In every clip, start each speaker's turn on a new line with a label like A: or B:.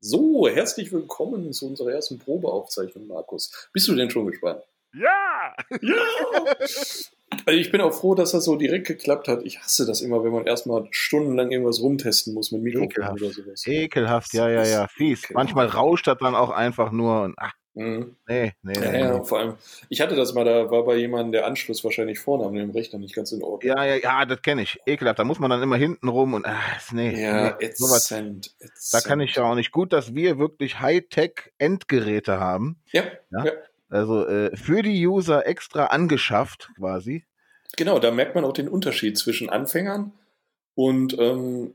A: So, herzlich willkommen zu unserer ersten Probeaufzeichnung, Markus. Bist du denn schon gespannt?
B: Ja!
A: Ja! Also ich bin auch froh, dass das so direkt geklappt hat. Ich hasse das immer, wenn man erstmal stundenlang irgendwas rumtesten muss mit Mikrofon
B: Ekelhaft.
A: oder sowas.
B: Ekelhaft, ja, ja, ja, fies.
A: Ekelhaft.
B: Manchmal rauscht das dann auch einfach nur und ach,
A: Mhm.
B: nee, nee,
A: Ja,
B: nee.
A: ja,
B: nee.
A: vor allem, ich hatte das mal, da war bei jemandem der Anschluss wahrscheinlich vorne an dem Rechner nicht ganz in Ordnung.
B: Ja, ja, ja, das kenne ich. Ekelhaft, da muss man dann immer hinten rum und ach, nee.
A: ja
B: nee,
A: ätzend,
B: sowas. Da
A: ätzend.
B: kann ich ja auch nicht. Gut, dass wir wirklich Hightech-Endgeräte haben.
A: Ja,
B: Also äh, für die User extra angeschafft quasi.
A: genau, da merkt man auch den Unterschied zwischen Anfängern und ähm,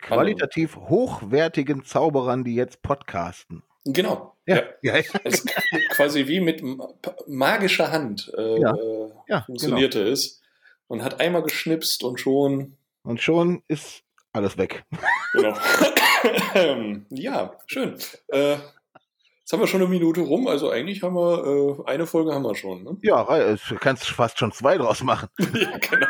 B: Qualitativ hochwertigen Zauberern, die jetzt podcasten.
A: genau.
B: ja, ja.
A: Es ist quasi wie mit ma- magischer Hand äh,
B: Ja,
A: äh,
B: ja genau.
A: funktionierte es. Und hat einmal geschnipst und schon.
B: Und schon ist alles weg.
A: Genau. ja, schön. Äh, jetzt haben wir schon eine Minute rum, also eigentlich haben wir äh, eine Folge haben wir schon. Ne?
B: Ja, Rei- du kannst fast schon zwei draus machen.
A: Ja, genau.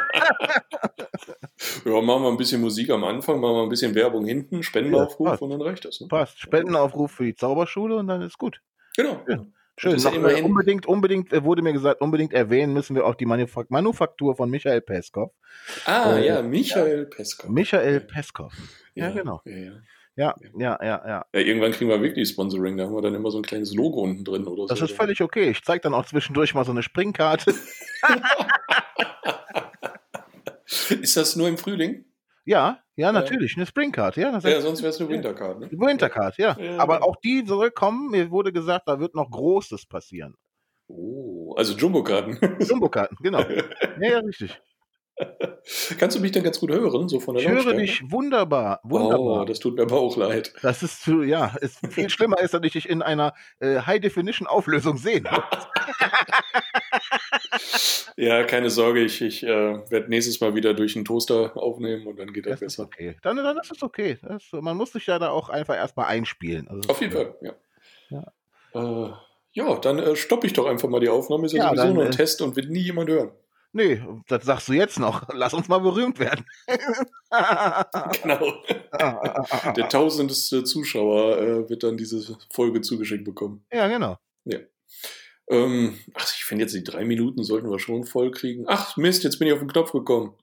A: ja, machen wir ein bisschen Musik am Anfang, machen wir ein bisschen Werbung hinten, Spendenaufruf
B: Ja, passt.
A: und dann reicht das. Ne?
B: Passt. Spendenaufruf für die Zauberschule und dann ist gut.
A: Genau.
B: Ja. Schön.
A: Das ist ja
B: Noch, äh,
A: immerhin-
B: unbedingt, unbedingt, äh, wurde mir gesagt, unbedingt erwähnen müssen wir auch die Manufak Manufaktur von Michael Peskov.
A: Ah,
B: Äh,
A: ja, Michael Peskow.
B: Michael Peskov. ja, genau.
A: Ja, ja.
B: Ja, ja, ja, ja.
A: Ja, irgendwann kriegen wir wirklich Sponsoring, da haben wir dann immer so ein kleines Logo unten drin oder
B: Das
A: so.
B: ist völlig okay. Ich zeige dann auch zwischendurch mal so eine Springkarte.
A: Ist das nur im Frühling?
B: Ja, ja, natürlich. Eine Springkarte, ja. Das
A: Ja,
B: heißt,
A: sonst wäre es eine Wintercard. Ne?
B: die Wintercard, ja.
A: Ja.
B: Aber auch die soll kommen. Mir wurde gesagt, da wird noch Großes passieren.
A: Oh, also Jumbo-Karten.
B: Jumbo-Karten, genau. Ja, ja, richtig.
A: Kannst du mich denn ganz gut hören, so von der
B: Ich höre
A: Lautstärke?
B: dich wunderbar,
A: Oh,
B: wunderbar.
A: das tut mir aber auch leid.
B: Das ist zu, ja, ist, viel schlimmer ist, dass ich dich in einer äh, High-Definition-Auflösung sehe.
A: Ja, keine Sorge, ich, ich äh, werde nächstes Mal wieder durch einen Toaster aufnehmen und dann geht das,
B: Das ist
A: besser.
B: okay. Dann, dann ist es okay. Das, man muss sich ja da auch einfach erstmal einspielen. Also,
A: Auf jeden Fall, ja.
B: Ja.
A: Äh, ja, dann äh, stoppe ich doch einfach mal die Aufnahme. Ist ja,
B: Ja,
A: sowieso
B: dann,
A: nur ein
B: äh,
A: Test und wird nie jemand hören.
B: Nee, das sagst du jetzt noch. Lass uns mal berühmt werden.
A: Genau.
B: Ah,
A: Der tausendste Zuschauer äh, wird dann diese Folge zugeschickt bekommen.
B: ja, genau.
A: Ähm, ach, ich finde jetzt die drei Minuten sollten wir schon voll kriegen. Ach, Mist, jetzt bin ich auf den Knopf gekommen.